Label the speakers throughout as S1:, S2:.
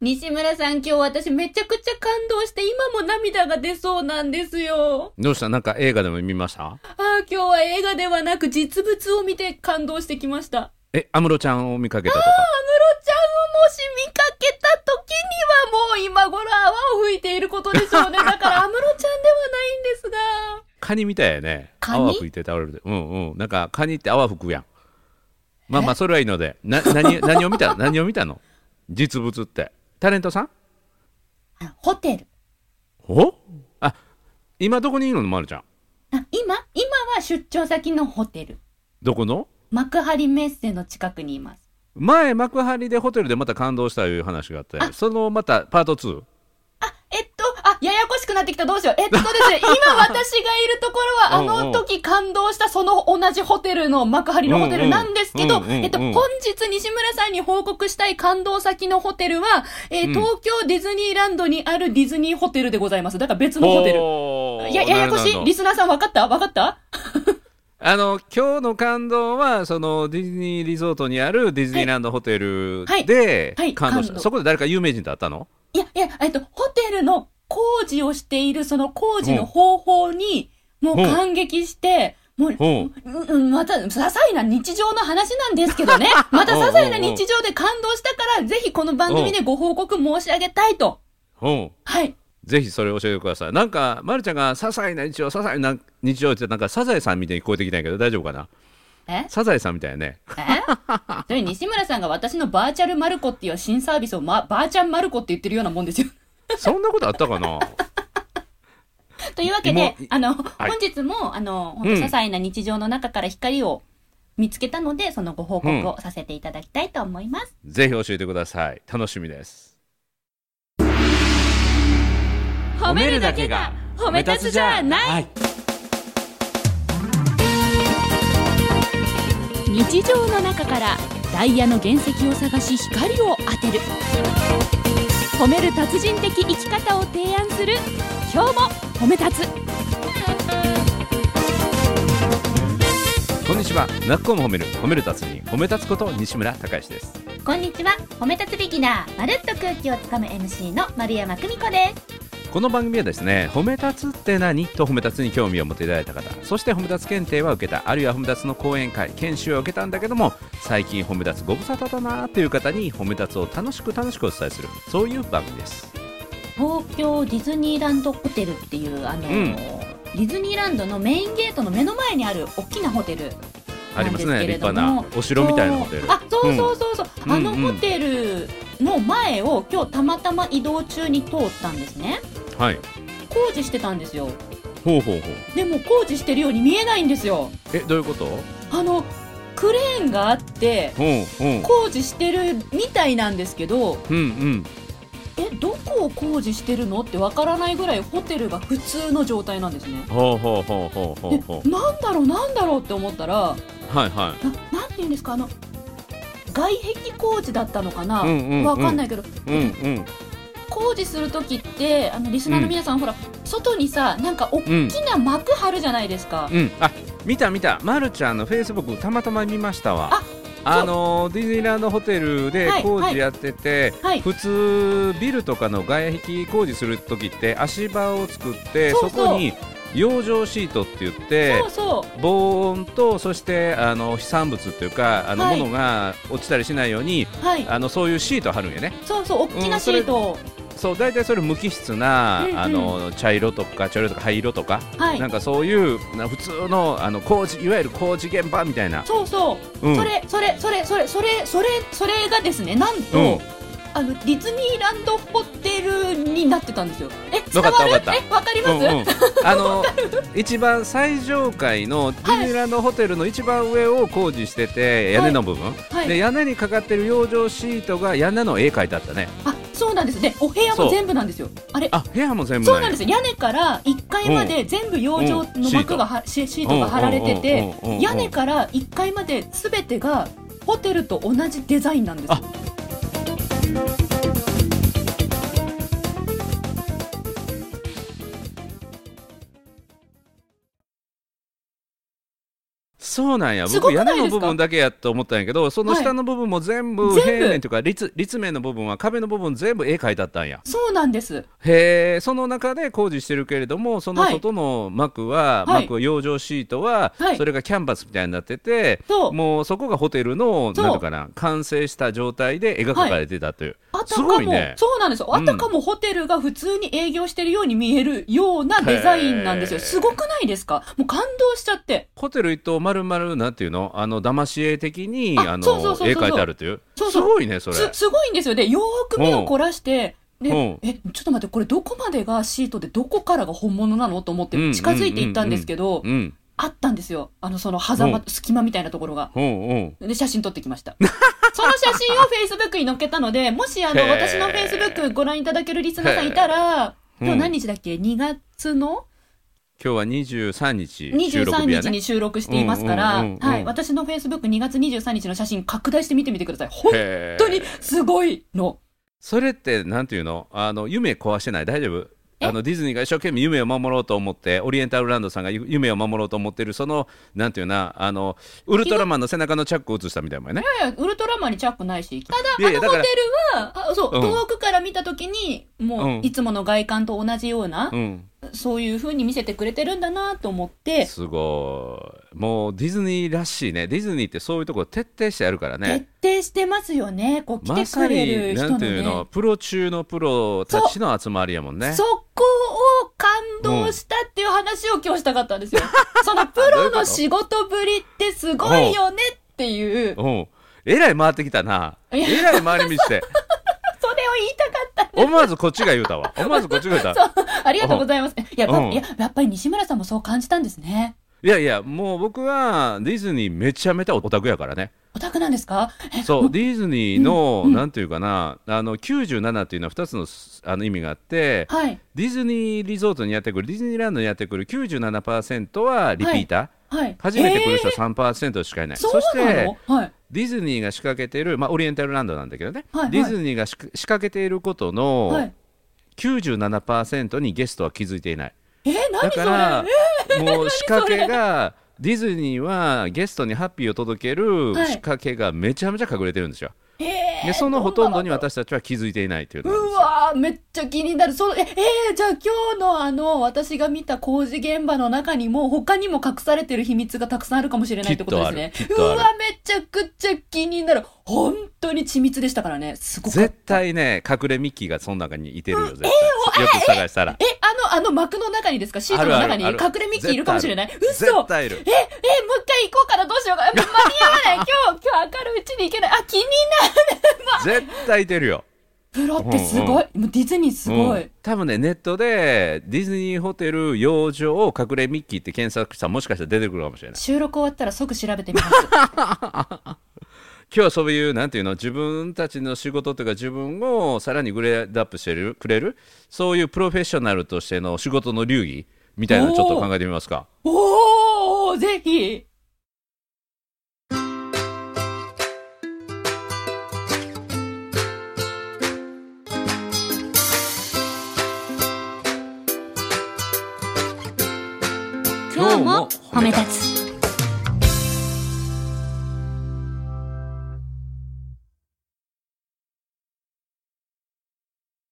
S1: 西村さん今日私めちゃくちゃ感動して今も涙が出そうなんですよ。
S2: どうしたなんか映画でも見ました
S1: ああ、今日は映画ではなく実物を見て感動してきました。
S2: え、安室ちゃんを見かけたとか。
S1: 安室ちゃんをもし見かけた時にはもう今頃泡を吹いていることでしょ うね。だから安室ちゃんではないんですが。
S2: カニみたいやね。
S1: カニ
S2: 泡吹いて倒れて。うんうん。なんかカニって泡吹くやん。まあまあ、それはいいので。な、 何、何を見た何を見たの実物って。タレントさん
S1: あホテル。
S2: おあ、今どこにいるのまるちゃん。
S1: あ今今は出張先のホテル。
S2: どこの
S1: 幕張メッセの近くにいます。
S2: 前、幕張でホテルでまた感動したいう話があって、そのまたパート 2?
S1: あ、えっと、あ、ややこしくなってきた、どうしよう。えっとです ね、今私がいるところは、あ
S2: うんう
S1: の
S2: ん
S1: 時感動したその同じホテルの、幕張のホテルなんですけ
S2: う
S1: ど
S2: ん、うん
S1: えっと、
S2: うんうん
S1: 本日西村さんに報告したい感動先のホテルは、えー
S2: うん
S1: 東京ディズニーランドにあるディズニーホテルでございます。だから別のホテル。
S2: ル
S1: いや、ややこしい。リスナーさん分かった分かった
S2: あの今日の感動はそのディズニーリゾートにあるディズニーランドホテル
S1: はい
S2: で
S1: はい
S2: 感動し
S1: 感
S2: た、
S1: 動
S2: そこで誰か有名人と会ったの
S1: いや、いや、えっと、ホテルの工事をしている、その工事の方法に、もう
S2: うん
S1: 感激して、もう、
S2: うん
S1: うんうん、また、些細な日常の話なんですけ どね。また些細な日常で感動したから、ぜひこの番組でご報告申し上げたいと。
S2: うん
S1: はい。
S2: ぜひそれ教えてくださいなんかまるちゃんが些細な日常些細な日常ってなんかサザエさんみたいに聞こえてきたんやけど大丈夫かな
S1: ええ
S2: サザエさんみたいやね
S1: それ西村さんが私のバーチャルマルコっていう新サービスを、ま、バーチャンマルコって言ってるようなもんですよ。
S2: そんなことあったかな
S1: というわけで
S2: いも、
S1: あの、
S2: い
S1: 本日も、あの、本当
S2: うん
S1: 些細な日常の中から光を見つけたので、そのご報告をさせていただきたいと思います。
S2: ぜひ教えてください楽しみです
S1: 褒めるだけが褒め立つじゃない
S2: はい、
S1: 日常の中からダイヤの原石を探し光を当てる褒める達人的生き方を提案する今日も褒め立つ
S2: こんにちはなっこも褒める褒める達人褒め立つこと西村孝之です
S1: こんにちは褒め立つビギナーまるっと空気をつかむ MC の丸山久美子です
S2: この番組はですね褒め立つって何と褒め立つに興味を持っていただいた方そして褒め立つ検定は受けたあるいは褒め立つの講演会研修を受けたんだけども最近褒め立つご無沙汰だなーという方に褒め立つを楽しく楽しくお伝えするそういう番組です
S1: 東京ディズニーランドホテルっていうあの、
S2: うん
S1: ディズニーランドのメインゲートの目の前にある大きなホテル
S2: あります
S1: なん
S2: ね
S1: ですけれ
S2: 立
S1: ども
S2: 派なお城みたいなホテル
S1: そうあそうそうそうそう、
S2: うん
S1: あ
S2: う
S1: の
S2: んう
S1: ホ
S2: ん
S1: テルの前を今日たまたま移動中に通ったんですね
S2: はい
S1: 工事してたんですよ
S2: ほうほうほう
S1: でも工事してるように見えないんですよ
S2: えどういうことほ
S1: あのクレーンがあって
S2: うほ
S1: 工事してるみたいなんですけど
S2: ううんうん
S1: えどこを工事してるのってわからないぐらいホテルが普通の状態なんですね
S2: ほうほうほうほうほう
S1: で
S2: ほ
S1: なんだろうなんだろうって思ったら
S2: うはいは
S1: ななんて言うんですかあの外壁工事だったのかな、
S2: いうんうんうん
S1: わかんないけど
S2: うんうん
S1: 工事する時ってあのリスナーの皆さん、ほら外にさなんか大
S2: うん
S1: きな幕張るじゃないですか、
S2: うん、あ見た見た、ま、るちゃんのフェイスブックたまたま見ましたわ
S1: あ
S2: あのーディズニーランドホテルで
S1: はい
S2: 工事やってて、
S1: はい
S2: 普通ビルとかの外壁工事する時って足場を作って
S1: そう
S2: そ
S1: そう
S2: こに養生シートって言って
S1: そうそう
S2: 防音とそしてあの飛散物っていうかあの、
S1: はい
S2: ものが落ちたりしないように
S1: はい
S2: あのそういうシート貼るんやね
S1: そうそう大きなシートを、
S2: そう大体それ無機質な、
S1: うんうん
S2: あの茶色とか茶色とか灰色とか、
S1: はい
S2: なんかそういうな普通のあの工事いわゆる工事現場みたいな
S1: そうそう、
S2: うん
S1: それそれそれそれそれそれそれがですねなんと、
S2: うん
S1: あのディズニーランドホテルになってたんですよえ伝
S2: わか
S1: わ
S2: った
S1: る
S2: わ
S1: えわ
S2: かった
S1: かります、
S2: うんうん、あの一番最上階のディズニーランドホテルの一番上を工事してて、屋根の部分、
S1: はい
S2: で屋根にかかってる養生シートが屋根の絵描いてあったね
S1: あそうなんですねお部屋
S2: そ
S1: も
S2: う
S1: 全部なんですよあれ
S2: あ部屋も全部
S1: そうなんですすよ屋根から1階まで全部養生の幕がはシシートが張られてて
S2: うんうんうんうんうん
S1: 屋根から1階まで全てがホテルと同じデザインなんです
S2: あそうなんや
S1: すご
S2: 僕
S1: くな
S2: 屋
S1: いですか
S2: 根の部分だけやと思ったんやけどその下の部分も全部
S1: 全部
S2: 平面というか立立面の部分は壁の部分全部絵描いてあったんや
S1: そうなんです。
S2: へえその中で工事してるけれどもその
S1: はい
S2: 外の幕は、
S1: はい
S2: 幕養生シートは、
S1: はい
S2: それがキャンバスみたいになってて、
S1: そう
S2: もうそこがホテルの
S1: そう
S2: なんていうかな完成した状態で絵が描かれてたという、
S1: あた
S2: す
S1: か
S2: ご
S1: も、
S2: いね
S1: そうなんですよ。
S2: う
S1: あ
S2: ん
S1: たかもホテルが普通に営業してるように見えるようなデザインなんですよ。
S2: へー
S1: すごくないですかもう感動しちゃって。
S2: ホテル一棟丸々なんていうのあの騙し絵的に
S1: あ
S2: あの
S1: そうそうそうそう
S2: 絵描いてあるという
S1: そうそう
S2: すごいねそれ
S1: す、すごいんですよ。で、よーく目を凝らして、で、
S2: うん
S1: え、ちょっと待って、これどこまでがシートでどこからが本物なのと思って
S2: うん
S1: 近づいていったんですけど、
S2: うん
S1: あったんですよ。あの、その狭間
S2: う、
S1: 隙間みたいなところが。
S2: うんうん
S1: で、写真撮ってきま した。その写真を Facebook に載っけたので、もしあ
S2: へ
S1: の、
S2: ー
S1: 私の Facebook ご覧いただけるリスナーさんいたら、
S2: へー
S1: 今日何日だっけ ?2 月の
S2: 今日は23日収録
S1: 23
S2: 日や
S1: 日
S2: ね
S1: に収録していますから、
S2: うんうんうんうん
S1: はい、私の Facebook2 月23日の写真拡大して見てみてください。本
S2: へー
S1: 当にすごいの。
S2: それってなんていうのあの夢壊してない大丈夫
S1: え
S2: あのディズニーが一生懸命夢を守ろうと思ってオリエンタルランドさんがゆ夢を守ろうと思ってるそのなんていうなあのウルトラマンの背中のチャックを映したみたいなもんやね
S1: いやいやウルトラマンにチャックないし、ただ、
S2: いやいや
S1: あの
S2: だ
S1: ホ
S2: か
S1: テ
S2: ら
S1: ルは、あそう、
S2: うん
S1: 遠くから見たときに、もう、
S2: うん
S1: いつもの外観と同じような、
S2: うん
S1: そういう風に見せてくれてるんだなと思って、
S2: すごいもうディズニーらしいねディズニーってそういうところ徹底してやるからね
S1: 徹底してますよね。こう、来
S2: ま
S1: て
S2: さ
S1: くれ
S2: に
S1: る
S2: な
S1: 人
S2: ん
S1: の
S2: てい
S1: ね
S2: う。のプロ中のプロたちの集まりやもんね
S1: そこを感動したっていう話を今日したかったんですよ。そのプロの仕事ぶりってすごいよねっていう、
S2: うんえらい回ってきたない
S1: や
S2: えらい回り道して
S1: それを言いたかった。
S2: 思わずこっちが言うたわ思わずこっちが言うた
S1: そう、ありがとうございます。いや、
S2: うん
S1: いややっぱり西村さんもそう感じたんですね。
S2: いやいや、もう僕はディズニーめちゃめちゃオタクやからね。
S1: オタクなんですかえ
S2: そう、ディズニーの、
S1: うんうん
S2: なんていうかな、あの、97っていうのは2つのすあの意味があって、
S1: はい、
S2: ディズニーリゾートにやってくる、ディズニーランドにやってくる97%はリピーター。
S1: はい。
S2: 初めて来る人
S1: え
S2: は3%しかいない。
S1: ーそう
S2: し
S1: な
S2: て
S1: の、はい。
S2: ディズニーが仕掛けている、まあ、オリエンタルランドなんだけどね、
S1: はいはい
S2: ディズニーがし仕掛けていること
S1: は
S2: の
S1: い。
S2: 97%にゲストは気づいていない。
S1: えー、
S2: だ
S1: 何そ
S2: か
S1: れ
S2: ら、もう仕掛
S1: それ
S2: けがディズニーはゲストにハッピーを届ける
S1: はい
S2: 仕掛けがめちゃめちゃ隠れてるんですよ、
S1: えー
S2: でそのほとんどに
S1: うなんだろ
S2: 私たちは気づいていないというの
S1: う
S2: なんで
S1: うわーめっちゃ気になる。そう、え、えーじゃあ今日のあの、私が見た工事現場の中にも、他にも隠されてる秘密がたくさんあるかもしれないってことですね
S2: きっ。
S1: う
S2: とあるきっとある
S1: わ、めちゃくちゃ気になる。本当に緻密でしたからね。すご
S2: す
S1: かっ
S2: 絶
S1: た。
S2: 対ね隠れミッキーがその中にいてるよ絶対、よく探したら
S1: え、あの、あの幕の中にですかシートの中に
S2: あ
S1: 隠
S2: るあるある
S1: れミッキーいるかもしれない。嘘
S2: 絶対いる
S1: え、え、もう一回行こうかな、どうしようか。間に 合わない。今日、今日明るいうちに行けない。あ、気に
S2: 絶対いてるよ
S1: プロってすごい。もうディズニーすごい。
S2: うん多分ねネットでディズニーホテル養生を隠れミッキーって検索したらもしかしたら出てくるかもしれない
S1: 収録終わったら即調べてみます。
S2: 今日はそういうなんていうの自分たちの仕事というか自分をさらにグレードアップしてるくれるそういうプロフェッショナルとしての仕事の流儀みたいなのをちょっと考えてみますか
S1: おー、ぜひ。
S2: 今日も褒め
S1: 立つ。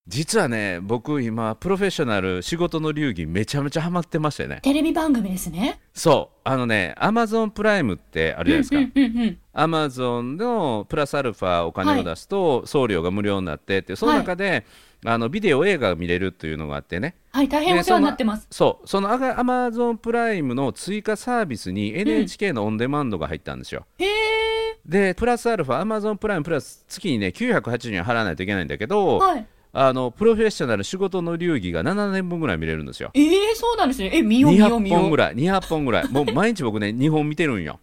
S2: 実はね僕今プロフェッショナル仕事の流儀めちゃめちゃハマってましてね
S1: テレビ番組ですね。
S2: そうあのねアマゾンプライムってあるじゃないです
S1: う
S2: か、
S1: んうんうん。
S2: アマゾンのプラスアルファお金を出すと送料が無料になってってその中で、あのビデオ映画が見れるっていうのがあってね
S1: はい、大変お世話になってます。
S2: でそのそうそのアガ Amazon プライムの追加サービスに NHK のオンデマンドが入ったんですよ、
S1: へえ。
S2: でプラスアルファ Amazon プライムプラス月にね980円払わないといけないんだけど、
S1: はい。
S2: あのプロフェッショナル仕事の流儀が7年分ぐらい見れるんですよ
S1: ええ、そうなんですね。え、見よう見よう見
S2: 200本
S1: よ
S2: ぐ
S1: う。
S2: らい200本ぐらいもう毎日僕ね2 本見てるんよ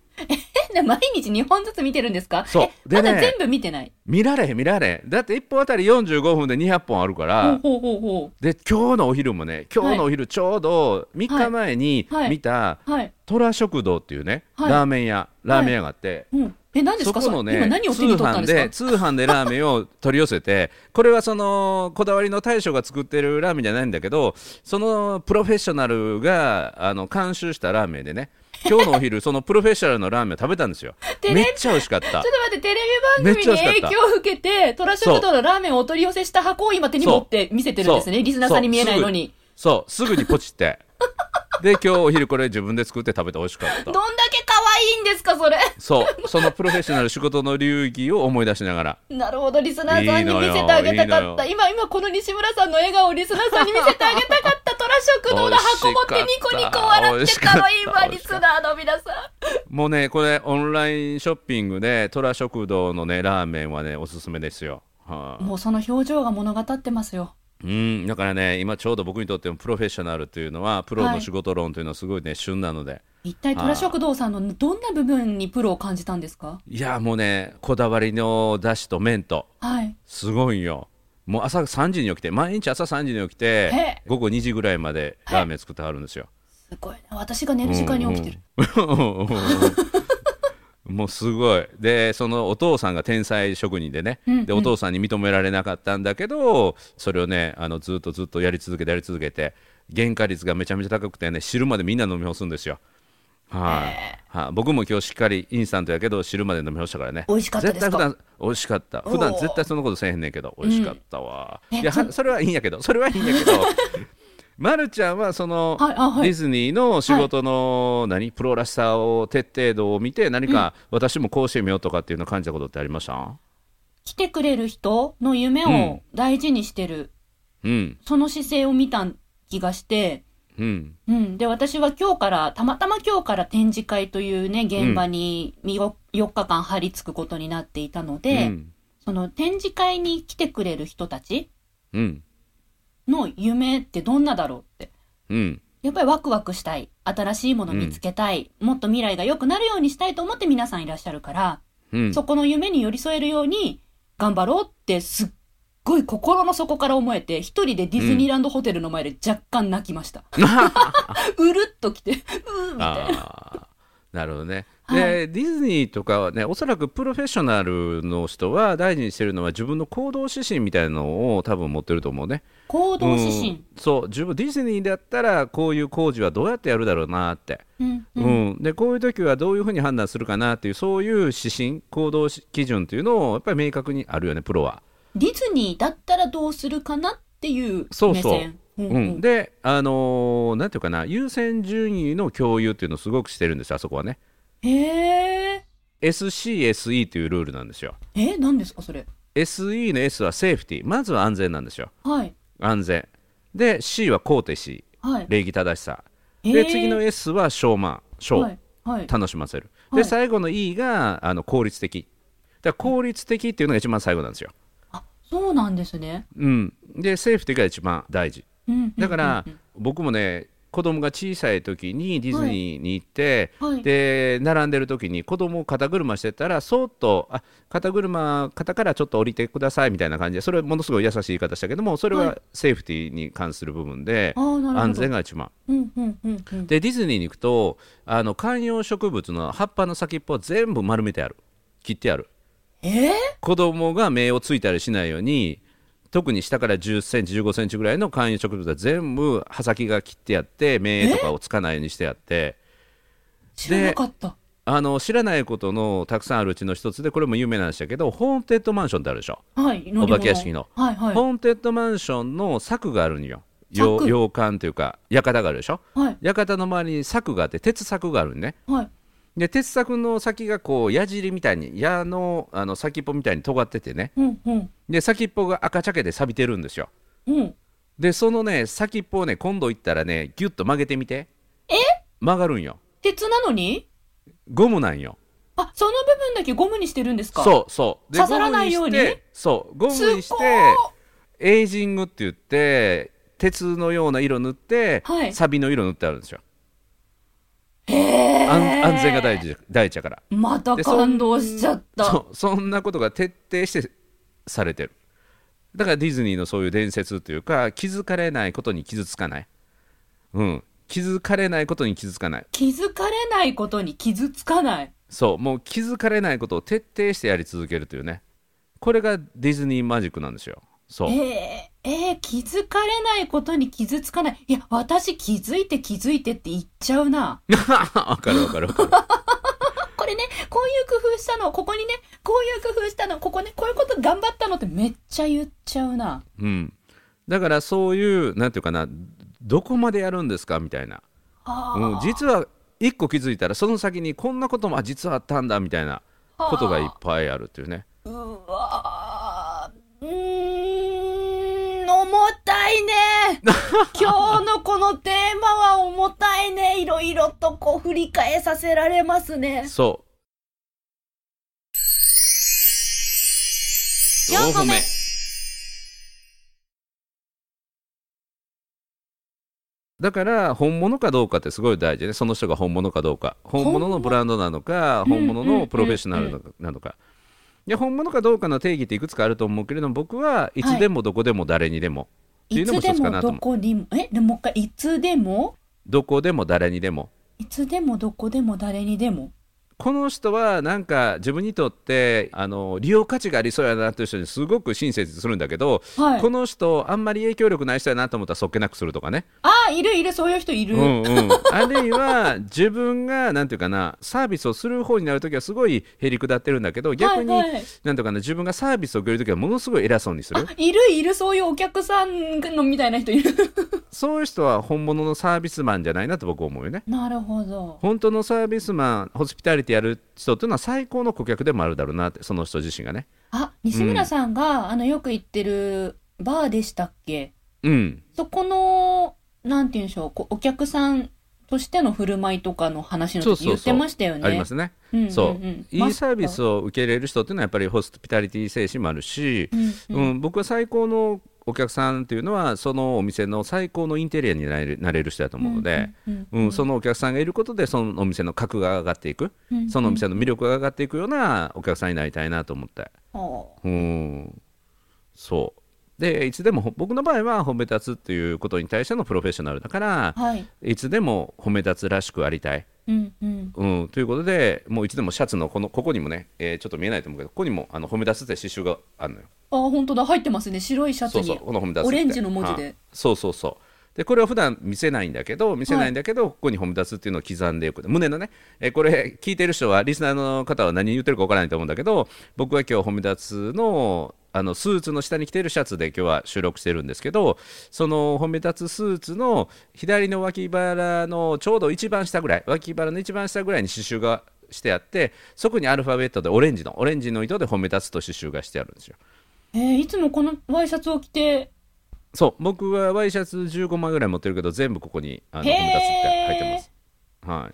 S1: え、毎日2本ずつ見てるんですか
S2: そう
S1: え
S2: で
S1: ま
S2: ね
S1: だ全部見てない。
S2: 見られへん見られへんだって1本あたり45分で200本あるから、
S1: ほうほうほうほ
S2: で今日のお昼もね今日のお昼ちょうど3日前に
S1: はいはい
S2: 見た、
S1: う。はい。
S2: 虎食堂っていうね、
S1: はい
S2: ラーメン屋ラーメン屋があって、
S1: うん。え、何です
S2: そ
S1: か
S2: この
S1: それ今
S2: ね、
S1: 何を
S2: 通
S1: 手に取ったん
S2: 販で、
S1: です
S2: 通販でラーメンを取り寄 せて、これはその、こだわりの大将が作ってるラーメンじゃないんだけど、そのプロフェッショナルが、あの、監修したラーメンでね、今日の お昼そのプロフェッショナルのラーメンを食べたんですよ
S1: テレ
S2: めっちゃ美味しかった
S1: ちょっと待って、テレビ番組に影響を受けて、トラ食堂のラーメンをお取り寄せした箱を今手に持って見せてるんです
S2: そ
S1: ね。
S2: う
S1: リスナーさんに見えないのに。
S2: そうすぐにポチってで今日お昼これ自分で作って食べて美味しかっ
S1: どん
S2: た
S1: だけ可愛いんですか、それ。
S2: そうそのプロフェッショナル仕事の流儀を思い出しながら
S1: なるほど、リスナーさんに見せてあげた
S2: いいの
S1: か
S2: よ
S1: った。
S2: い
S1: 今、今、この西村さんの笑顔をリスナーさんに見せてあげたかった。トラ食堂の箱持ってニコニコ笑ってたの、今、リスナーの皆さん。
S2: もうねこれオンラインショッピングで虎食堂のねラーメンはねおすすめですよはい、
S1: もうその表情が物語ってますよ。
S2: うん、だからね、今ちょうど僕にとってもプロフェッショナルというのは、プロの仕事論というのはすごいね、旬なので、
S1: 一体トラ食堂さんのどんな部分にプロを感じたんですか
S2: いや、もうね、こだわりのだしと麺と、
S1: はい。
S2: すごいよ。もう朝3時に起きて、毎日朝3時に起き
S1: へ
S2: て、午後2時ぐらいまでラーメン作ってはるんですよ。
S1: すごいな。私が寝る時間に起きてる。
S2: うんうん。もうすごいでそのお父さんが天才職人でね、
S1: うんうん
S2: でお父さんに認められなかったんだけどそれをねあのずっとずっとやり続けてやり続けて原価率がめちゃめちゃ高くてね汁までみんな飲み干すんですよはい、はい僕も今日しっかりインスタントやけど汁まで飲み干したからね
S1: 美味しかったですか
S2: 絶対普段美味しかった
S1: おー
S2: 普段絶対そんなことせえへんねんけど美味しかったわ、
S1: うんえ
S2: いやはそれはいいんやけどそれはいいん やけどまるちゃんはその、
S1: はいあはい
S2: ディズニーの仕事の、何プロらしさを徹底度を見て何か私もこうしてみようとかっていうのを感じたことってありました
S1: 来てくれる人の夢を大事にしてる、
S2: うん
S1: その姿勢を見た気がして、
S2: うん
S1: うん。で、私は今日から、たまたま今日から展示会というね、現場に4日間張り付くことになっていたので、
S2: うん
S1: その展示会に来てくれる人たち
S2: うん
S1: の夢ってどんなだろうって。
S2: うん
S1: やっぱりワクワクしたい。新しいもの見つけたい。もっと未来が良くなるようにしたいと思って皆さんいらっしゃるから、
S2: うん
S1: そこの夢に寄り添えるように頑張ろうってすっごい心の底から思えて、一人でディズニーランドホテルの前で若干泣きま した。うるっときて、うーみたいな。
S2: あーなるほどね。で、
S1: は
S2: ディズニーとかはねおそらくプロフェッショナルの人は大事にしてるのは自分の行動指針みたいなのを多分持ってると思うね。
S1: 行動指
S2: う
S1: 針
S2: ん。そう自分ディズニーだったらこういう工事はどうやってやるだろうなって、
S1: うん、う
S2: う
S1: んん。
S2: でこういう時はどういうふうに判断するかなっていうそういう指針行動し基準っていうのをやっぱり明確にあるよねプロは。
S1: ディズニーだったらどうするかなっていう目線。
S2: そうそう
S1: うん
S2: う、
S1: うんん
S2: であのーなんていうかな優先順位の共有っていうのをすごくしてるんですよあそこはね。
S1: へえ。
S2: SCSE というルールなんですよ。
S1: え、何ですかそれ。
S2: SE の S はセーフティーまずは安全なんですよ
S1: はい。
S2: 安全で C は肯定し
S1: はい。
S2: 礼儀正しさ
S1: へ
S2: で
S1: ー
S2: 次の S はシ満ショー、
S1: はい。はい。
S2: 楽しませる
S1: は
S2: で
S1: い
S2: 最後の E があの効率的だから効率的っていうのが一番最後なんですよ、
S1: あ、そうなんですね。
S2: うん、でセーフティーが一番大事
S1: うんうんうんうん
S2: だから、僕もね子供が小さい時にディズニーに行って、
S1: はい
S2: で並んでる時に子供を肩車してたらそっとあ肩車肩からちょっと降りてくださいみたいな感じでそれはものすごい優しい言い方したけどもそれ
S1: は
S2: はいセーフティーに関する部分で、
S1: あーなるほど
S2: 安全が一番
S1: うんうんうんうん。
S2: でディズニーに行くとあの観葉植物の葉っぱの先っぽは全部丸めてある切ってある
S1: えー、
S2: 子供が目をついたりしないように特に下から1 0センチ1 5センチぐらいの観葉植物は全部刃先が切ってあって目とかをつかないようにしてあって
S1: 知らなかった。
S2: あの知らないことのたくさんあるうちの一つでこれも有名なんでしたけどホーンテッドマンションってあるでしょ、
S1: はい。乗
S2: お
S1: り物
S2: 化け屋敷の、
S1: はいはい。
S2: ホーンテッドマンションの柵があるんよよ
S1: 柵
S2: 洋館というか館があるでしょ
S1: はい。
S2: 館の周りに柵があって鉄柵があるんね
S1: はい。
S2: で鉄柵の先がこう矢尻みたいに矢のあの先っぽみたいに尖っててね
S1: うんうん。
S2: で先っぽが赤茶けで錆びてるんですよ
S1: うん。
S2: でそのね先っぽをね今度行ったらねギュッと曲げてみて
S1: え
S2: 曲がるんよ
S1: 鉄なのに
S2: ゴムなんよ
S1: あ、その部分だけゴムにしてるんですかう。
S2: そうそうで
S1: 刺さらないように
S2: ゴムしてそうゴムにし
S1: すご
S2: てエイジングって言って鉄のような色塗って、
S1: はい
S2: サビの色塗ってあるんですよ
S1: えー、
S2: 安安全が大事大事やから
S1: また感動しちゃった。
S2: そうそんなことが徹底してされてるだからディズニーのそういう伝説というか気づかれないことに傷つかないうん気づかれないことに傷つかない
S1: 気づかれないことに傷つかない。
S2: そうもう気づかれないことを徹底してやり続けるというねこれがディズニーマジックなんですよそう。
S1: えー、えー気づかれないことに傷つかない。いや、私気づいて気づいてって言っちゃうな。
S2: わかるわかるわかる。
S1: これね、こういう工夫したの、ここにね、こういう工夫したの、ここね、こういうこと頑張ったのってめっちゃ言っちゃうな。
S2: うん。だからそういう、なんていうかな、どこまでやるんですかみたいな。
S1: あ
S2: うん、実は一個気づいたら、その先にこんなことも、あ、実はあったんだ、みたいなことがいっぱいあるっていうね。
S1: うわーうーん、重たいね。 今日のこのテーマは重たいね。いろいろとこう振り返させられますね。
S2: そう。
S3: 四個目
S2: だから本物かどうかってすごい大事ねその人が本物かどうか本物のブランドなのか
S1: 本
S2: 本
S1: 物
S2: 物
S1: うんうんうんう
S2: の
S1: ん
S2: プロフェッショナルなのかなのかで本物かどうかの定義っていくつかあると思うけれども僕はいつでもどこでも誰にでも、ってい
S1: いう
S2: のも
S1: つで
S2: 一つか
S1: も
S2: なと
S1: ど
S2: 思う
S1: こにも、え、でもう一回、いつでも、
S2: どこでも誰にでも
S1: いつでもどこでも誰にでも。
S2: この人はなんか自分にとってあの利用価値がありそうやなという人にすごく親切にするんだけど、
S1: はい
S2: この人あんまり影響力ない人やなと思ったらそっけなくするとかね
S1: ああ、いるいる、そういう人いる。
S2: うんうん、あるいは自分がなんていうかなサービスをする方になるときはすごいへりくだってるんだけど逆に、
S1: はいはい
S2: なんていうかな自分がサービスを受けるときはものすごい偉そうにする
S1: あいるいる、そういうお客さんのみたいな人いる。
S2: そういう人は本物のサービスマンじゃないなと僕思うよね
S1: なるほど。
S2: 本当のサービスマンホスピタリティやる人っていうのは最高の顧客でもあるだろうなってその人自身がね
S1: あ、西村さんが、あの、よく行ってるバーでしたっけ
S2: うん
S1: そこの、なんて言うんでしょう、こうお客さんとしての振る舞いとかの話の
S2: そう
S1: 時
S2: そうそう
S1: 言ってましたよね。
S2: ありますね、
S1: うんうんうん
S2: そう、いいサービ
S1: マス
S2: スを受け入れる人っていうのはやっぱりホスピタリティ精神もあるし、
S1: うんう
S2: うんん、僕は最高のお客さんっていうのはそのお店の最高のインテリアになれるなれる人だと思うので、
S1: うんうん
S2: うんそのお客さんがいることでそのお店の格が上がっていく、
S1: うんうん
S2: そのお店の魅力が上がっていくようなお客さんになりたいなと思って、
S1: あ
S2: うん、そうでいつでもほ僕の場合は褒め立つっていうことに対してのプロフェッショナルだから
S1: あはい。
S2: いつでも褒め立つらしくありたい、
S1: うんうん。
S2: うん、ということでもういつでもシャツのこのここにもね、えーちょっと見えないと思うけどここにもあの褒め立つって刺繍があるのよ。
S1: あ、本当だ、入ってますね。白いシャツ
S2: そう
S1: に。
S2: そうこのホームダス
S1: オレンジの文字で
S2: はいそうそうそうでこれは普段見せないんだけど見せないんだけど、ここにホームダスっていうのを刻んでおく胸のね、えーこれ聞いてる人はリスナーの方は何言ってるかわからないと思うんだけど僕は今日ホームダスのあのスーツの下に着てるシャツで今日は収録してるんですけどその褒め立つスーツの左の脇腹のちょうど一番下ぐらい脇腹の一番下ぐらいに刺繍がしてあってそこにアルファベットでオレンジのオレンジの糸で褒め立つと刺繍がしてあるんですよ。
S1: えーいつもこのワイシャツを着て、
S2: そう僕はワイシャツ15枚ぐらい持ってるけど全部ここにあの
S1: へー
S2: 褒め立つって入ってます、はい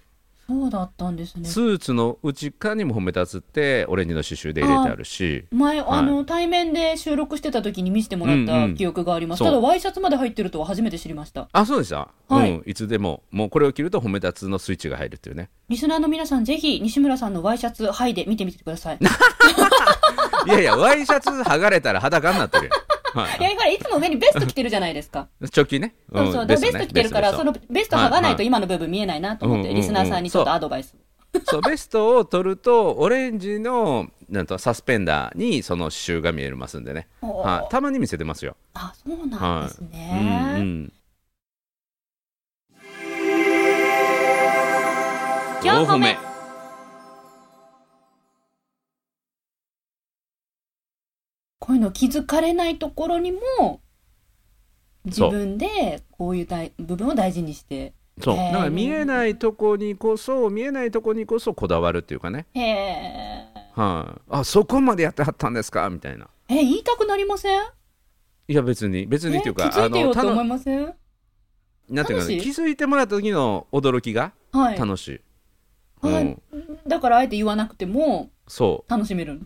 S1: そうだったんですね。
S2: スーツの内側にも褒め立つってオレンジの刺繍で入れてあるし
S1: 前、
S2: はい
S1: あの、対面で収録してた時に見せてもらっ
S2: うんう
S1: た
S2: ん
S1: 記憶があります。
S2: そう
S1: ただ、ワイシャツまで入ってるとは初めて知りました。
S2: あそうでした、
S1: はい
S2: うん、いつでももうこれを着ると褒め立つのスイッチが入るっていうね
S1: リスナーの皆さん、ぜひ、西村さんのワイシャツ、はいで見てみてください。 い
S2: いやいやワイシャツ剥がれたら裸になってるよ、は
S1: や、ほら、いつも上にベスト着てるじゃないですか。
S2: い、チョキね、
S1: そ
S2: ん
S1: うそう。だからベ
S2: ね
S1: スト着てるから、
S2: ベス
S1: そ
S2: ト
S1: のベスト剥がない
S2: はい
S1: と
S2: はい
S1: 今の部分見えないなと思っ
S2: うんう
S1: て、
S2: んうん
S1: リスナーさんにちょっとアドバイス。
S2: そうベストを取るとオレンジのなんとサスペンダーにその刺繍が見えますんでね、
S1: おー
S2: はい、たまに見せてますよ、
S1: あ、そうなんです
S2: うんう
S1: ね。
S2: ん
S3: 4個目
S1: こういうの気づかれないところにも、自分でこういう大部分を大事にして。
S2: そう
S1: へー
S2: だから見えないとこにこそ見えないとこにこそこだわるっていうかね、
S1: へえ。
S2: はい、あそこまでやってはったんですかみたいな
S1: え、言いたくなりません
S2: いや別に別にっていう
S1: え
S2: か
S1: 気づいてよと
S2: たの
S1: 思いません
S2: なんていうかね
S1: 楽し
S2: 気
S1: い
S2: づいてもらった時の驚きが
S1: はい。
S2: 楽しい、
S1: は
S2: う
S1: い
S2: ん、
S1: だからあえて言わなくても
S2: そ
S1: 楽しめる。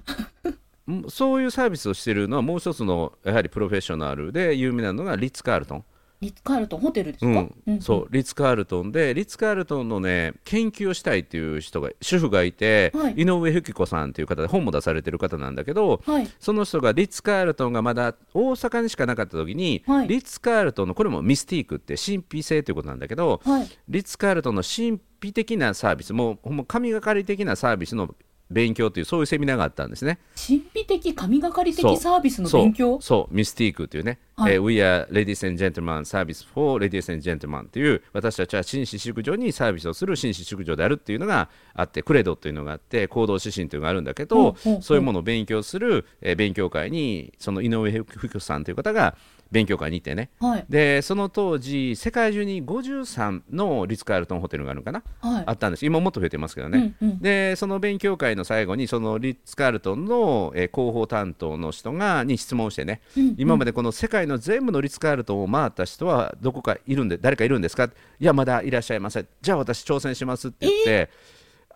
S2: うんそういうサービスをしてるのはもう一つのやはりプロフェッショナルで有名なのがリッツ・カールトン、
S1: リッツカールトンホテルです
S2: う
S1: か、
S2: ん
S1: ん
S2: そうリッツ・カールトンでリッツ・カールトンのね研究をしたいっていう人が主婦がいて、
S1: はい
S2: 井上富貴子さんっていう方で本も出されてる方なんだけど、
S1: はい。
S2: その人がリッツ・カールトンがまだ大阪にしかなかった時に、
S1: はい
S2: リッツ・カールトンのこれもミスティークって神秘性ということなんだけど
S1: はい。
S2: リッツ・カールトンの神秘的なサービスもうほんま神がかり的なサービスの勉強というそういうセミナーがあったんですね。
S1: 神秘的神がかり
S2: そ
S1: 的
S2: う
S1: サービスの勉強
S2: そうそうミスティークというね、
S1: はい
S2: えー We are ladies and gentlemen service for ladies and gentlemen という私たちは紳士淑女にサービスをする紳士淑女であるっていうのがあってクレドというのがあって行動指針というのがあるんだけど、
S1: うんうんうん
S2: そういうものを勉強する、えー勉強会にその井上福子さんという方が勉強会に行ってね
S1: はい
S2: でその当時世界中に53のリッツ・カールトンホテルがあるのかな、
S1: はい
S2: あったんです今もっと増えてますけどね、
S1: うんうん
S2: でその勉強会の最後にそのリッツ・カールトンの、えー広報担当の人がに質問してね、今までこの世界の全部のリッツ・カールトンを回った人はどこかいるんで誰かいるんですかいやまだいらっしゃいませんじゃあ私挑戦しますって言って。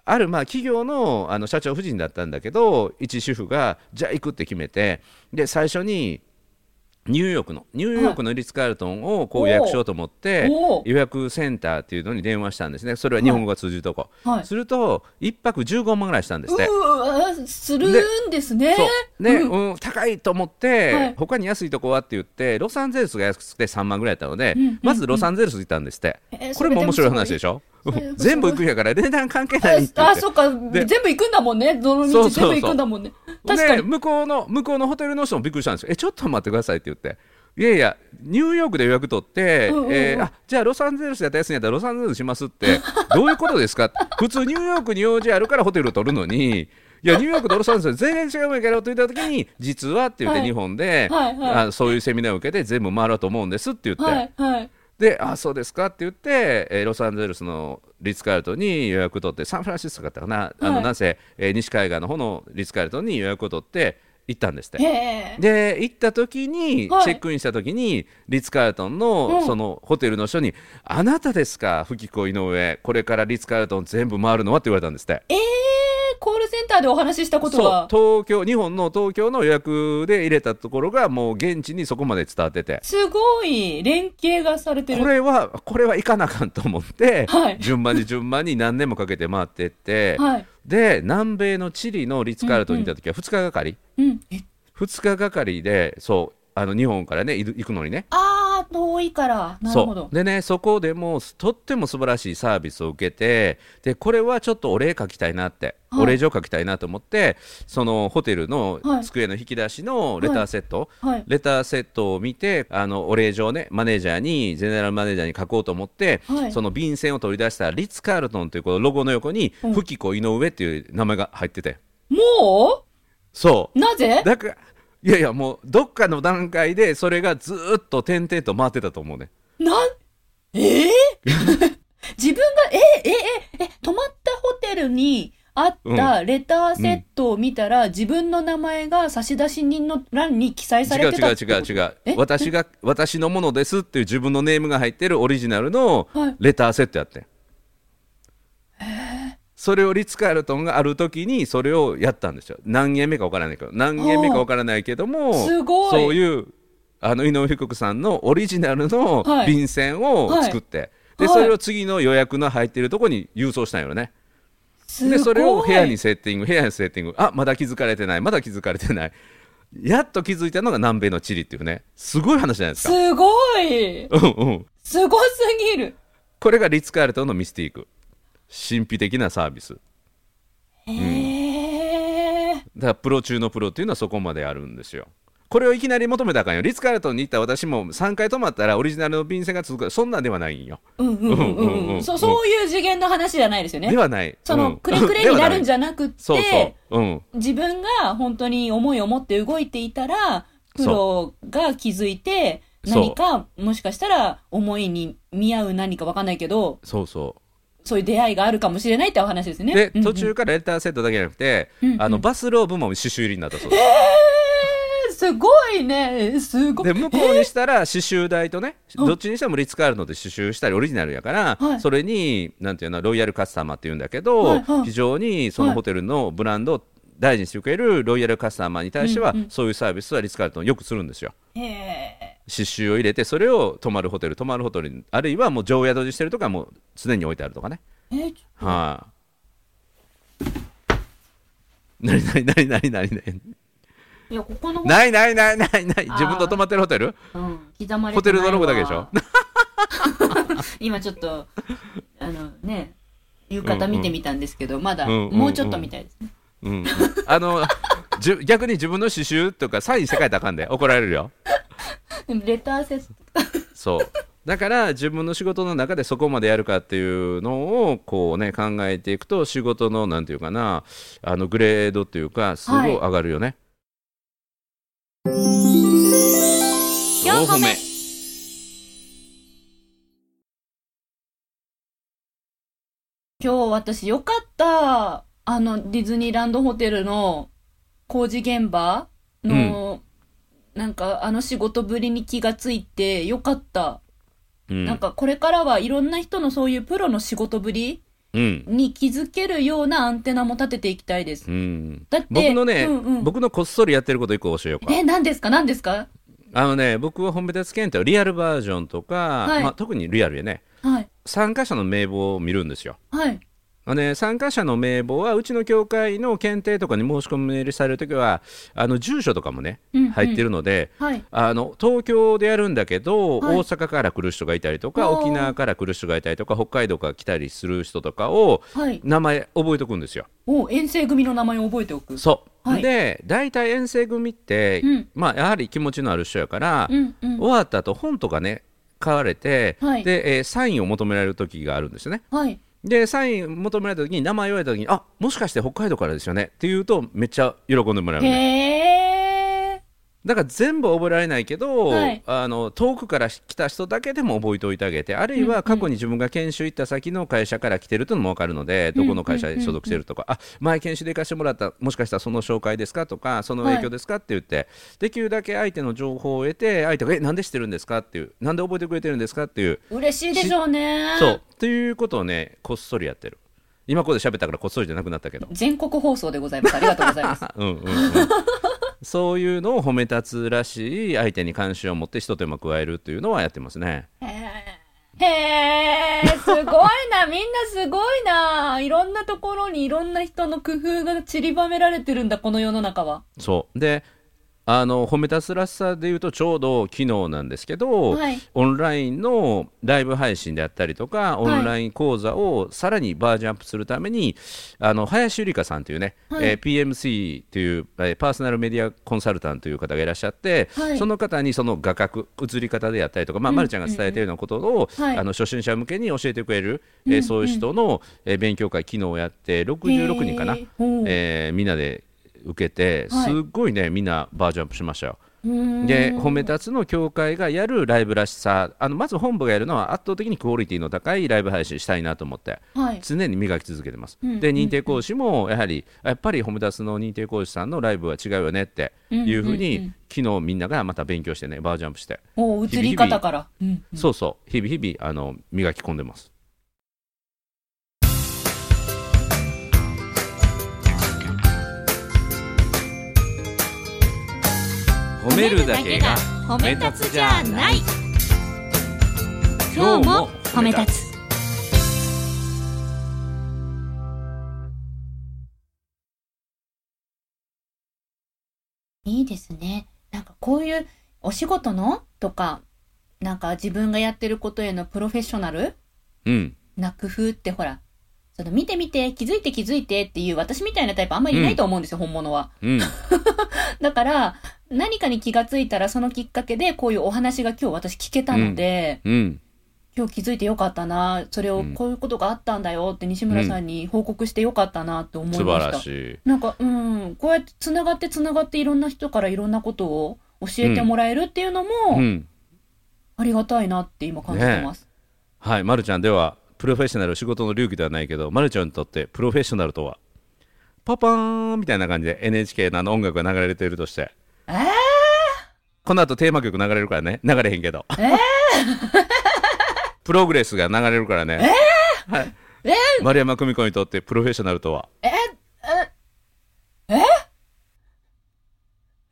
S2: あるまあ企業のあの社長夫人だったんだけど一主婦がじゃあ行くって決めてで最初にニューヨークのニューヨークのリッツ・カールトンを
S1: お
S2: こう
S1: ー
S2: 予約しようと思って
S1: おー
S2: 予約センターっていうのに電話したんですねそれは日本語が通じるとこ、
S1: はい
S2: すると1泊15万ぐらいしたんですって、
S1: うわするんですね
S2: そうね、うん高いと思って、
S1: はい
S2: 他に安いとこはって言ってロサンゼルスが安くて3万ぐらいだったので、
S1: うんうんうん
S2: まずロサンゼルス行ったんですって、
S1: えー
S2: これも面白い話でしょ
S1: それでもすごいそれ
S2: 全部行くんやから値段関係ないって言
S1: あ
S2: っ
S1: あ
S2: て
S1: そっか
S2: で
S1: 全部行くんだもんねどの
S2: そ
S1: 道
S2: うそう
S1: 全
S2: そう
S1: 部行くんだもんね確か
S2: で
S1: に
S2: 向こうの向こうのホテルの人もびっくりしたんですよえちょっと待ってくださいって言っていやいやニューヨークで予約取って、
S1: うんうんうん
S2: えーあじゃあロサンゼルスやったら安いんやったらロサンゼルスしますってどういうことですか 普通ニューヨークに用事あるからホテルを取るのに。いやニューヨークとロサンゼルス全然違うんやけどと言った時に実はって言って
S1: はい
S2: 日本で、
S1: はいはい
S2: あそういうセミナーを受けて全部回ろうと思うんですって言って、
S1: はいはい
S2: で、あ、そうですかって言って、えーロサンゼルスのリッツ・カールトンに予約取って、サンフランシスコだったかな、あ
S1: は
S2: の
S1: い
S2: なんせ、えー西海岸の方のリッツ・カールトンに予約を取って行ったんですっ
S1: へ
S2: て。
S1: え
S2: で、行った時に、
S1: はい
S2: チェックインした時に、リッツ・カールトン
S1: うん
S2: のそのホテルの人に、あなたですか、吹子井上、これからリッツ・カールトン全部回るのはって言われたんですって。
S1: えーコールセンターでお話ししたことが
S2: そう東京日本の東京の予約で入れたところがもう現地にそこまで伝わってて
S1: すごい連携がされてる
S2: これはこれは行かなあかんと思って、
S1: はい
S2: 順番に順番に何年もかけて回ってって、
S1: はい
S2: で南米のチリのリッツ・カールトンにいた時は2日がかり、
S1: うんえ
S2: 2日がかりでそうあの日本からねい行くのにね
S1: ああ遠いからなるほ
S2: そ
S1: ど
S2: うでねそこでもうとっても素晴らしいサービスを受けてでこれはちょっとお礼書きたいなって、
S1: はい
S2: お礼状書きたいなと思ってそのホテルの
S1: はい
S2: 机の引き出しのレターセット、
S1: はい
S2: レターセットを見てあのお礼状をねマネージャーにゼネラルマネージャーに書こうと思って、
S1: はい
S2: その便箋を取り出したらリッツ・カールトンというこのロゴの横に「
S1: うん
S2: フキコ井上」っていう名前が入ってて
S1: も
S2: そう
S1: なぜ
S2: だからいやいやもうどっかの段階でそれがずーっと点々と回ってたと思うね
S1: なん、ええ 自分が、えええええ、泊まったホテルにあったレターセットを見たら、自分の名前が差出人の欄に記載さ
S2: 違う
S1: れてた
S2: 違う
S1: って
S2: 違う違う
S1: え
S2: 私が私のものですっていう自分のネームが入ってるオリジナルの
S1: はい
S2: レターセットやってん、それをリッツ・カールトンがある時にそれをやったんですよ何件目か分からないけど何件目か分からないけども
S1: あーすごい
S2: そういうあの井上福子さんのオリジナルの
S1: はい
S2: 便箋を作って、
S1: はい
S2: でそれを次の予約の入ってるとこに郵送したんよね、
S1: すごい。
S2: でそれを部屋にセッティング部屋にセッティングあまだ気づかれてないまだ気づかれてないやっと気づいたのが南米のチリっていうねすごい話じゃないですか
S1: すごい
S2: うんうん
S1: すごすぎる
S2: これがリッツ・カールトンのミスティーク神秘的なサービス
S1: へえ、
S2: だからプロ中のプロっていうのはそこまであるんですよこれをいきなり求めたらあかんよリッツ・カールトンに行った私も3回泊まったらオリジナルの便箋が続くそんなんではないんよ
S1: うんうんうんう
S2: う
S1: ん
S2: んうんう
S1: うん
S2: ん
S1: そそういう次元の話じゃないですよね
S2: ではない
S1: そうの
S2: ん
S1: くれくれになるんじ
S2: ゃ
S1: ゃなくって
S2: そうそううん
S1: 自分が本当に思いを持って動いていたら、プロが気づいて、
S2: そう
S1: 何か、もしかしたら思いに見合う何かわかんないけど、
S2: そうそう
S1: そういう出会いがあるかもしれないってお話ですね。
S2: で
S1: うんうん
S2: 途中からレターセットだけじゃなくて、
S1: うんうん
S2: あのバスローブも刺繍入りになったそうです
S1: えーすごいね。すごい。
S2: で向こうにしたら刺繍代とね、
S1: うん
S2: どっちにしてもリッツカールトンで刺繍したりオリジナルやから、
S1: はい
S2: それになんていうのロイヤルカスタマーっていうんだけど、
S1: はいはい
S2: 非常にそのホテルのブランドを大事にしてくれるロイヤルカスタマーに対しては、
S1: うんうん
S2: そういうサービスはリッツカールトンよくするんですよ。
S1: へ
S2: 刺繍を入れてそれを泊まるホテル泊まるホテルにあるいはもう常宿にしてるとかもう常に置いてあるとかね。
S1: ーえーちょ
S2: はい、なになになになになに
S1: いや、ここの、
S2: ないないないないない自分の泊まってるホテル
S1: うん、刻まれてないわ
S2: ホテルのロゴだけでしょ
S1: 今ちょっと、あのね、浴衣見てみたんですけど、まだ、
S2: うんうんうん
S1: もうちょっとみたいですね。
S2: うんうん、あのじゅ逆に自分の刺繍とかサインして書いたらあかんで怒られるよ
S1: でもレターセット
S2: そうだから自分の仕事の中でそこまでやるかっていうのをこうね考えていくと仕事のなんていうかなあのグレードっていうかすごい上がるよね、
S3: 四歩目
S1: 今日私よかった。あの、ディズニーランドホテルの工事現場の、なんかあの仕事ぶりに気がついてよかった。
S2: うん
S1: なんかこれからはいろんな人のそういうプロの仕事ぶり
S2: うん
S1: に気づけるようなアンテナも立てていきたいです。
S2: うん
S1: だって、
S2: 僕のね、
S1: うんうん、
S2: 僕のこっそりやってること一個教えようか
S1: え、何ですか何ですか
S2: あのね僕は本部立検定をリアルバージョンとか、
S1: はい
S2: まあ、特にリアルやね
S1: はい。
S2: 参加者の名簿を見るんですよ
S1: はい。
S2: あのね、参加者の名簿はうちの協会の検定とかに申し込みされるときはあの住所とかもね
S1: うんうん
S2: 入ってるので、
S1: はい。
S2: あの東京でやるんだけど、
S1: はい
S2: 大阪から来る人がいたりと
S1: あー
S2: か沖縄から来る人がいたりとか北海道から来たりする人とかを
S1: はい。
S2: 名前覚えとくんですよ。
S1: お、遠征組の名前を覚えておく。
S2: そう、
S1: はい
S2: で大体遠征組って、
S1: うん
S2: まあ、やはり気持ちのある人やから、
S1: うんうん。
S2: 終わった後本とかね買われて、
S1: はい
S2: でえーサインを求められる時があるんですよね。
S1: はい。
S2: でサイン求められた時に名前言われた時に「あもしかして北海道からですよね」って言うとめっちゃ喜んでもらえる、ね、
S1: へー。
S2: だから全部覚えられないけど、
S1: はい
S2: あの遠くから来た人だけでも覚えておいてあげてあるい
S1: うんう
S2: は
S1: ん
S2: 過去に自分が研修行った先の会社から来てるというのも分かるので、どこの会社に所属してるとか、あ前研修で行かせてもらったもしかしたらその紹介ですかとかその影響ですかって言って、できるだけ相手の情報を得て相手が「えなんで知ってるんですか?」っていう「なんで覚えてくれてるんですか?」っていう
S1: 嬉しいでしょうね。
S2: そう。っていうことをね、こっそりやってる。今ここで喋ったからこっそりじゃなくなったけど。
S1: 全国放送でございます。ありがとうござい ます。
S2: うんうんうん。そういうのを褒め立つらしい相手に関心を持って一手間加えるっていうのはやってますね。
S1: へー、すごいな、 みんなすごいな。いろんなところにいろんな人の工夫が散りばめられてるんだ、この世の中は。
S2: そう。で、あの褒め立つらしさで言うとちょうど昨日なんですけど、
S1: はい
S2: オンラインのライブ配信であったりとかオンライン講座をさらにバージョンアップするために、あの林ゆりかさんというね、
S1: はい
S2: えー PMC という、えーパーソナルメディアコンサルタントという方がいらっしゃって、
S1: はい
S2: その方にその画角映り方であったりとか、まあ
S1: うん
S2: ま、るちゃんが伝えているようなことを、
S1: うんはい
S2: あの初心者向けに教えてくれる、
S1: うん
S2: え
S1: う
S2: ー
S1: ん
S2: そういう人の、えー勉強会昨日やって66人かな
S1: へ。ーほう
S2: えーみんなで受けて、
S1: はい
S2: すっごいねみんなバージョンアップしましたよ。
S1: うーん
S2: で褒め立つの協会がやるライブらしさあのまず本部がやるのは圧倒的にクオリティの高いライブ配信したいなと思って
S1: はい。
S2: 常に磨き続けてます。
S1: うん
S2: で認定講師もやはりやっぱり褒め立つの認定講師さんのライブは違うよねっていうふうに、
S1: うんうんうん
S2: 昨日みんながまた勉強してねバージョンアップして、
S1: もう映り方から。うんうん
S2: そうそう日々日々あの磨き込んでます。褒めるだけが
S3: 褒
S2: め立つじゃない
S3: 今日も褒め立つ
S1: いいですね。なんかこういうお仕事のとか、なんか自分がやってることへのプロフェッショナル
S2: うん
S1: な工夫ってほら、その見て見て、気づいて気づいてっていう私みたいなタイプあんまりいないと思うんですよ、本物は。
S2: うん
S1: だから、何かに気がついたらそのきっかけでこういうお話が今日私聞けたので、
S2: うん
S1: 今日気づいてよかったな、それを
S2: うん
S1: こういうことがあったんだよって西村さんに報告してよかったなって思いまし
S2: 素
S1: た。
S2: 晴らしい。
S1: なんか、うん、こうやって繋がって繋がっていろんな人からいろんなことを教えてもらえるっていうのも、
S2: うん
S1: ありがたいなって今感じてます。
S2: はい、ま、るちゃんではプロフェッショナル仕事の流儀ではないけど、ま、るちゃんにとってプロフェッショナルとはパパーンみたいな感じで NHK のあの音楽が流れているとして
S1: え
S2: この後テーマ曲流れるからね流れへんけど、
S1: えー
S2: プログレスが流れるからね、はい
S1: え
S2: 丸山久美子にとってプロフェッショナルとは
S1: え、え、え、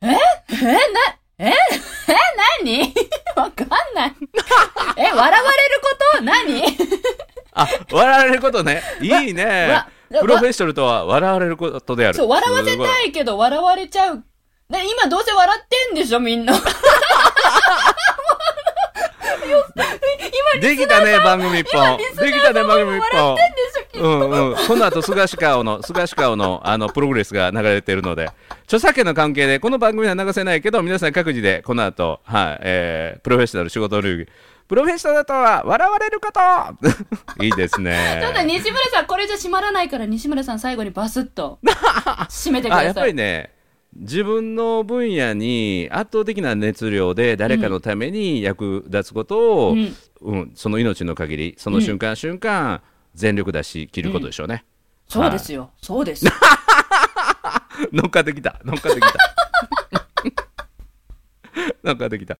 S1: え、え、な、え、え、何 わかんない。え、笑われること何
S2: あ笑われること ねいいね
S1: わ
S2: プロフェッショナルとは笑われることである
S1: そう、笑わせ
S2: すごい
S1: たいけど笑われちゃう。ね、今どうせ笑ってんでしょ、みんな。
S2: できたね番組一本できたね番組一本
S1: でしょ、聞
S2: うんうん、この後、菅氏顔の、菅氏顔の、あの、プログレスが流れているので、著作権の関係で、この番組では流せないけど、皆さん各自で、この後、はい、えー、プロフェッショナル仕事ルール、プロフェッショナルとは、笑われること いいですね。
S1: ただ西村さん、これじゃ閉まらないから、西村さん最後にバスッと、閉めてく
S2: あや
S1: だ
S2: っぱ
S1: さ
S2: り
S1: い。
S2: ね自分の分野に圧倒的な熱量で誰かのために役立つことを、う
S1: うんん
S2: その命の限りその瞬間瞬間、全力出し切ることでしょうね、
S1: そうですよ。そうです よ。
S2: 乗っかってきた乗っかってきた 乗っかってきた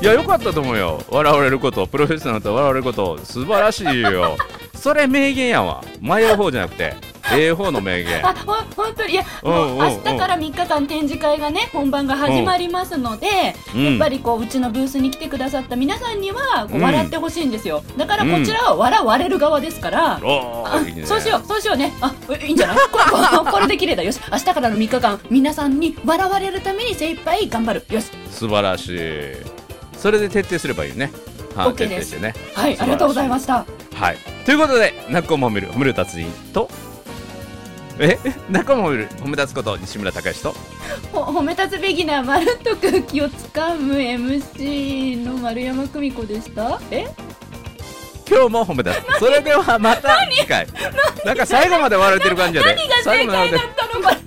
S2: いや良かったと思うよ笑われることプロフェッショナルと笑われること素晴らしいよそれ名言やわ迷う方じゃなくてええ方の名言
S1: あ、ほん、本当に、いや、
S2: うん
S1: もう
S2: うんうん
S1: 明日から3日間展示会がね、本番が始まりますので、
S2: うん
S1: やっぱりこう、うちのブースに来てくださった皆さんには、こ
S2: うん
S1: う笑ってほしいんですよ。だからこちらは笑われる側ですから、
S2: お
S1: あ
S2: ーいいね
S1: そうしよう、そうしようね。あ、えいいんじゃないこ ここれで綺麗だ。よし、明日からの3日間、皆さんに笑われるために精一杯頑張る。よし、
S2: 素晴らしいそれで徹底すればいいねはい
S1: OK です
S2: 徹底してね
S1: はい、ありがとうございました。
S2: はい。ということで、中を褒める、褒める達人と、え、 中を褒める、褒め立つこと、西村隆之と、
S1: ほ褒め立つべきなまるっと空気をつかむ MC の丸山久美子でしたえ
S2: 今日も褒め 立つ。それではまた次回。なんか最後まで笑われてる感じやで。
S1: 何が正
S2: 最後まで笑われ
S1: 解
S2: て
S1: だっ
S2: る
S1: たのかな